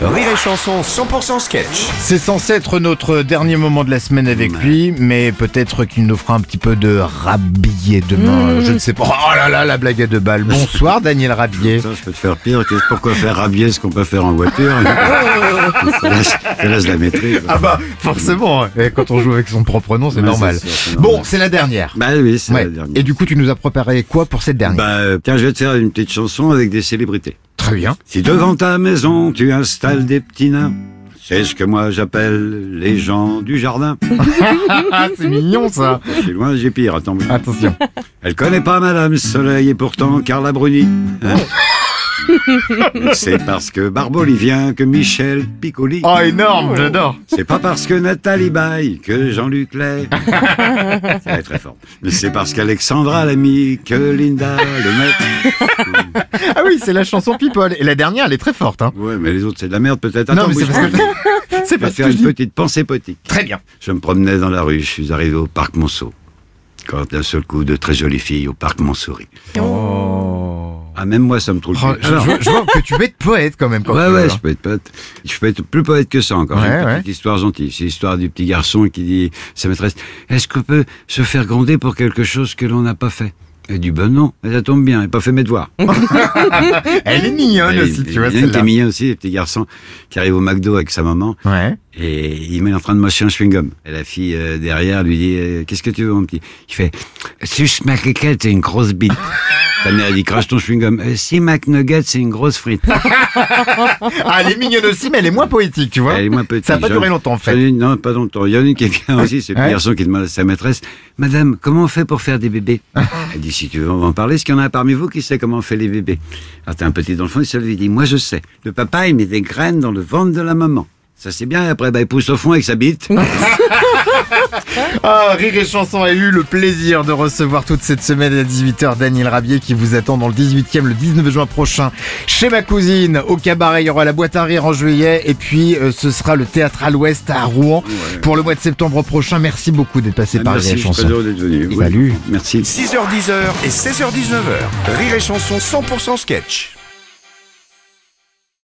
Rire et Chanson 100% sketch. C'est censé être notre dernier moment de la semaine avec lui, mais peut-être qu'il nous fera un petit peu de Rabier demain. Je ne sais pas. Oh là là, la blague à deux balles. Bonsoir, Daniel Rabier. Putain, je peux te faire pire. Qu'est-ce- Pourquoi faire rabier ce qu'on peut faire en voiture je, laisse, je laisse la maîtrise. Ah bah, forcément. Et quand on joue avec son propre nom, c'est Ouais, normal. c'est sûr, c'est normal. Bon, c'est la dernière. Bah oui, c'est Ouais. la dernière. Et du coup, tu nous as préparé quoi pour cette dernière Bah, euh, tiens, je vais te faire une petite chanson avec des célébrités. Bah, Très bien. Si devant ta maison, tu installes des petits nains, c'est ce que moi j'appelle les gens du jardin. Ah, c'est mignon ça. Je suis loin, j'ai pire. Attends. Attention. Elle connaît pas Madame Soleil et pourtant Carla Bruni. Oh. Mais c'est parce que Barboli vient que Michel Piccoli. Oh, énorme, j'adore. C'est pas parce que Nathalie Baye que Jean-Luc Lay. Ça va être très fort. Mais c'est parce qu'Alexandra l'a mis que Linda le met. Ah oui, c'est la chanson People. Et la dernière, elle est très forte. Hein. Ouais, mais les autres, c'est de la merde peut-être. Non, Attends, mais c'est bouge parce pas. que. C'est Je vais parce faire que je une dis. petite pensée potique. Très bien. Je me promenais dans la rue, je suis arrivé au parc Monceau. Quand d'un seul coup, de très jolies filles au parc Montsouris. Oh. Ah, même moi, ça me trouve. Oh, plus. je, Alors, je- je vois que tu veux être poète quand même. Quand Ouais, tu ouais, veux, je peux être poète. Je peux être plus poète que ça encore. J'ai Ouais, une ouais. petite histoire gentille. C'est l'histoire du petit garçon qui dit à sa maîtresse, est-ce qu'on peut se faire gronder pour quelque chose que l'on n'a pas fait? Elle dit, ben non, mais ça tombe bien, elle n'a pas fait mes devoirs. hein. Elle est mignonne Et aussi, il- tu vois, il y en a un qui est celle-là. mignon aussi, le petit garçon qui arrive au McDo avec sa maman. Ouais. Et il met en train de mâcher un chewing-gum. Et la fille euh, derrière lui dit euh, Qu'est-ce que tu veux, mon petit Il fait Suce ma cliquette, c'est une grosse bite. Ta mère elle dit Crache ton chewing-gum. Euh, si McNugget, c'est une grosse frite. Ah, elle est mignonne aussi, mais elle est moins poétique, tu vois. Elle est moins petite. Ça n'a pas duré longtemps, en fait. J'en ai une- non, pas longtemps. Il y en a une qui est bien aussi, c'est le Ouais. petit garçon qui demande à sa maîtresse Madame, comment on fait pour faire des bébés Elle dit Si tu veux, on va en parler. Est-ce qu'il y en a parmi vous qui sait comment on fait les bébés Alors t'as un petit enfant, il se lui dit Moi je sais. Le papa, il met des graines dans le ventre de la maman. Ça c'est bien, et après, bah, il pousse au fond avec sa bite. Ah, Rire et Chanson a eu le plaisir de recevoir toute cette semaine à 18h Daniel Rabier qui vous attend dans le 18e le 19 juin prochain chez ma cousine au cabaret. Il y aura la boîte à rire en juillet et puis euh, ce sera le théâtre à l'ouest à Rouen pour le mois de septembre prochain. Merci beaucoup d'être passé par Rire et Ah, Merci, je suis très Chanson. heureux d'être venu. Oui. Salut. Merci. 6h10h et 16h19h. Rire et Chanson 100% sketch.